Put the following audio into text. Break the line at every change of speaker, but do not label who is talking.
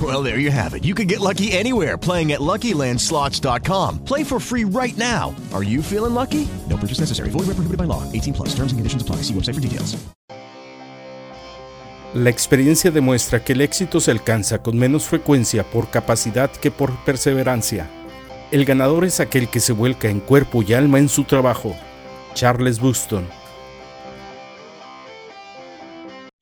Well, there you have it. You can get lucky anywhere playing at LuckyLandSlots.com. Play for free right now. Are you feeling lucky? No purchase necessary. Void where prohibited by law. 18 plus. Terms and conditions apply. See website for details.
La experiencia demuestra que el éxito se alcanza con menos frecuencia por capacidad que por perseverancia. El ganador es aquel que se vuelca en cuerpo y alma en su trabajo. Charles Buston.